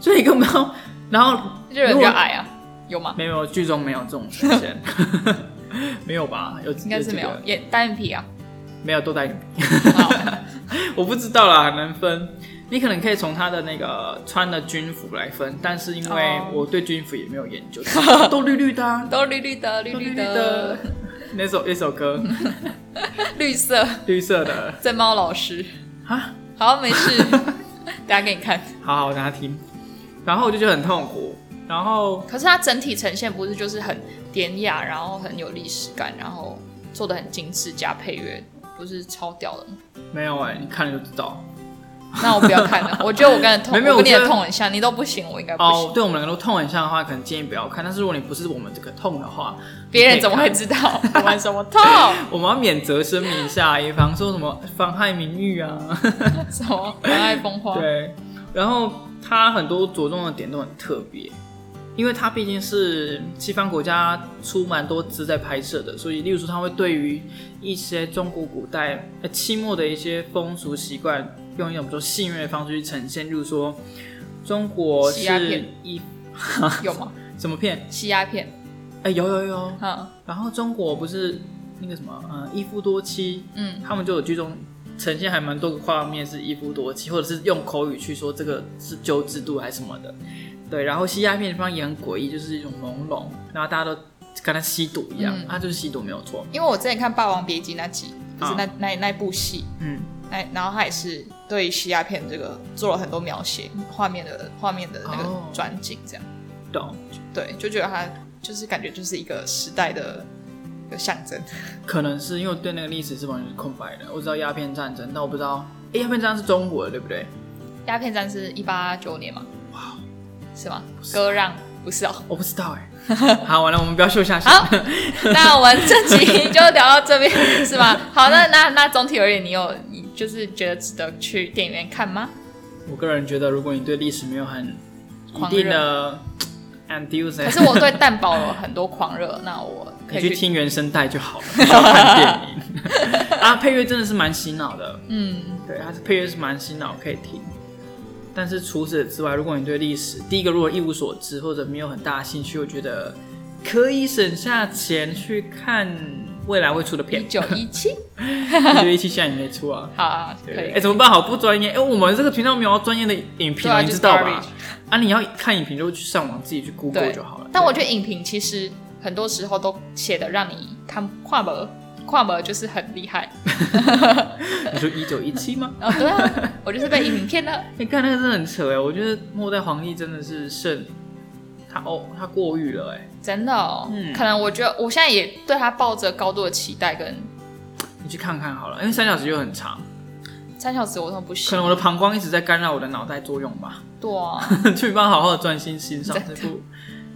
Speaker 2: 所以根本不知道然后
Speaker 1: 日本人
Speaker 2: 如
Speaker 1: 比
Speaker 2: 果
Speaker 1: 较矮啊，有吗？
Speaker 2: 没有剧中没有这种呈现， 没有吧？有
Speaker 1: 应该是没有，也单眼皮 啊。
Speaker 2: 没有都带
Speaker 1: 好
Speaker 2: 我不知道啦，很难分。你可能可以从他的那个穿的军服来分，但是因为
Speaker 1: 哦
Speaker 2: 我对军服也没有研 究，都绿绿的、啊，
Speaker 1: 都绿绿的，绿
Speaker 2: 都
Speaker 1: 绿
Speaker 2: 绿
Speaker 1: 的
Speaker 2: 的，。那首那首歌，
Speaker 1: 绿色。
Speaker 2: 绿色的
Speaker 1: 正猫老师，
Speaker 2: 啊，
Speaker 1: 好，没 事，等下给你看。
Speaker 2: 好好我等他听。然后我就觉得很痛苦，然后
Speaker 1: 可是它整体呈现不是就是很典雅，然后很有历史感，然后做的很精致加配乐，不是超屌 的吗？
Speaker 2: 没有哎、你看了就知道。
Speaker 1: 那我不要看了， 我觉得我跟你痛，
Speaker 2: 没有没有
Speaker 1: 我跟你
Speaker 2: 我觉
Speaker 1: 的
Speaker 2: 得
Speaker 1: 痛很像，你都不行，我应该不
Speaker 2: 哦
Speaker 1: 行。，
Speaker 2: 对我们两个都痛很像的话，可能建议不要看。但是如果你不是我们这个痛的话，
Speaker 1: 别人怎么会知 道我玩什么痛？
Speaker 2: 我们要免责声明一下，以防说什么妨害名誉啊。
Speaker 1: 什么妨碍风化？
Speaker 2: 对，然后它很多着重的点都很特别，因为它毕竟是西方国家出蛮多资在拍摄的，所以例如说它会对于一些中国古代呃清末的一些风俗习惯，用一种比较戏谑的方式去呈现，例如说中国
Speaker 1: 吸鸦
Speaker 2: 是
Speaker 1: 片
Speaker 2: 一
Speaker 1: 有吗？
Speaker 2: 什么片？
Speaker 1: 吸鸦片，
Speaker 2: 哎、有有有，
Speaker 1: 嗯
Speaker 2: 然后中国不是那个什么呃一夫多妻，
Speaker 1: 嗯，
Speaker 2: 他们就有剧中呈现还蛮多个画面是一夫多妻，或者是用口语去说这个是旧制度还是什么的。对，然后吸鸦片的地方也很诡异，就是一种朦胧，然后大家都跟他吸毒一样，
Speaker 1: 嗯
Speaker 2: 他就是吸毒没有错。
Speaker 1: 因为我之前看《霸王别姬》那集，就是
Speaker 2: 啊
Speaker 1: 那那那部戏，
Speaker 2: 嗯，
Speaker 1: 哎，然后他也是对吸鸦片这个做了很多描写，画面的画面的那
Speaker 2: 哦
Speaker 1: 个转景，这样、
Speaker 2: 懂。
Speaker 1: 对，就觉得他就是感觉就是一个时代的一个象征。
Speaker 2: 可能是因为我对那个历史是完全是空白的，我知道鸦片战争，但我不知道，哎，鸦片战争是中国的对不对？
Speaker 1: 鸦片战是一八九年嘛？是吗？割让不是哦。
Speaker 2: 我不知道哎、好，完了，我们不要秀下去。
Speaker 1: 好， 那我们这集就聊到这边，是 吗？好，那那那总体而言，你有你就是觉得值得去电影院看吗？
Speaker 2: 我个人觉得，如果你对历史没有很一
Speaker 1: 狂
Speaker 2: 定的 enthusiasm，
Speaker 1: 可是我对蛋堡有很多狂热，那我可
Speaker 2: 你
Speaker 1: 以
Speaker 2: 去听原声带就好了，不要看电影。 啊，配乐真的是蛮洗脑的，
Speaker 1: 嗯，
Speaker 2: 对，它是配乐是蛮洗脑，可以听。但是除此之外，如果你对历史，第一个如果一无所知或者没有很大的兴趣，我觉得可以省下钱去看未来会出的片
Speaker 1: 一。 九一七，
Speaker 2: 我觉得一期现在也没出啊。
Speaker 1: 好啊，可
Speaker 2: 对，
Speaker 1: 以
Speaker 2: 哎、。怎么办？好不专业！哎、我们这个频道没有专业的影评、
Speaker 1: 对啊
Speaker 2: 你
Speaker 1: 就是
Speaker 2: 知道
Speaker 1: garbage
Speaker 2: 吧？啊，你要看影评就去上网自己去 Google
Speaker 1: 对
Speaker 2: 就好了。
Speaker 1: 但我
Speaker 2: 对
Speaker 1: 觉得影评其实很多时候都写的让你看跨门，跨门就是很厉害。
Speaker 2: 你说一九一七吗？
Speaker 1: 哦，对啊， 我就是被影评骗了。
Speaker 2: 你、看那个真的很扯哎，我觉得末代皇帝真的是圣，他哦他过誉了哎。
Speaker 1: 真的哦，
Speaker 2: 嗯
Speaker 1: 可能我觉得我现在也对他抱着高度的期待，跟
Speaker 2: 你去看看好了，因为三小时又很长，
Speaker 1: 三小时我都不
Speaker 2: 可
Speaker 1: 行。
Speaker 2: 能我的膀胱一直在干扰我的脑袋作用吧，
Speaker 1: 对啊，
Speaker 2: 就没办法好好的专心欣赏这部。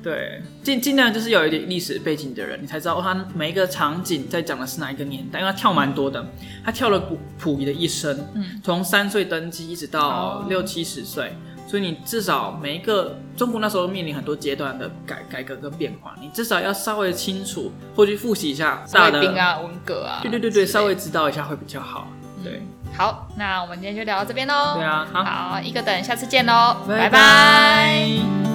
Speaker 2: 对，尽尽量就是有一点历史背景的人，你才知道哦他每一个场景在讲的是哪一个年代，因为他跳蛮多的，他跳了溥溥仪的一生，
Speaker 1: 嗯，
Speaker 2: 从三岁登基一直到
Speaker 1: 哦
Speaker 2: 六七十岁，所以你至少每一个中国那时候面临很多阶段的改改革跟变化，你至少要稍微清楚或去复习一下大
Speaker 1: 卫
Speaker 2: 的，
Speaker 1: 兵啊，文革啊，
Speaker 2: 对对对
Speaker 1: 之类
Speaker 2: 对，
Speaker 1: 的
Speaker 2: 稍微知道一下会比较好。对，
Speaker 1: 好，那我们今天就聊到这边喽。
Speaker 2: 哦对啊好
Speaker 1: 好，一个等，下次见喽，
Speaker 2: 拜
Speaker 1: 拜拜
Speaker 2: 拜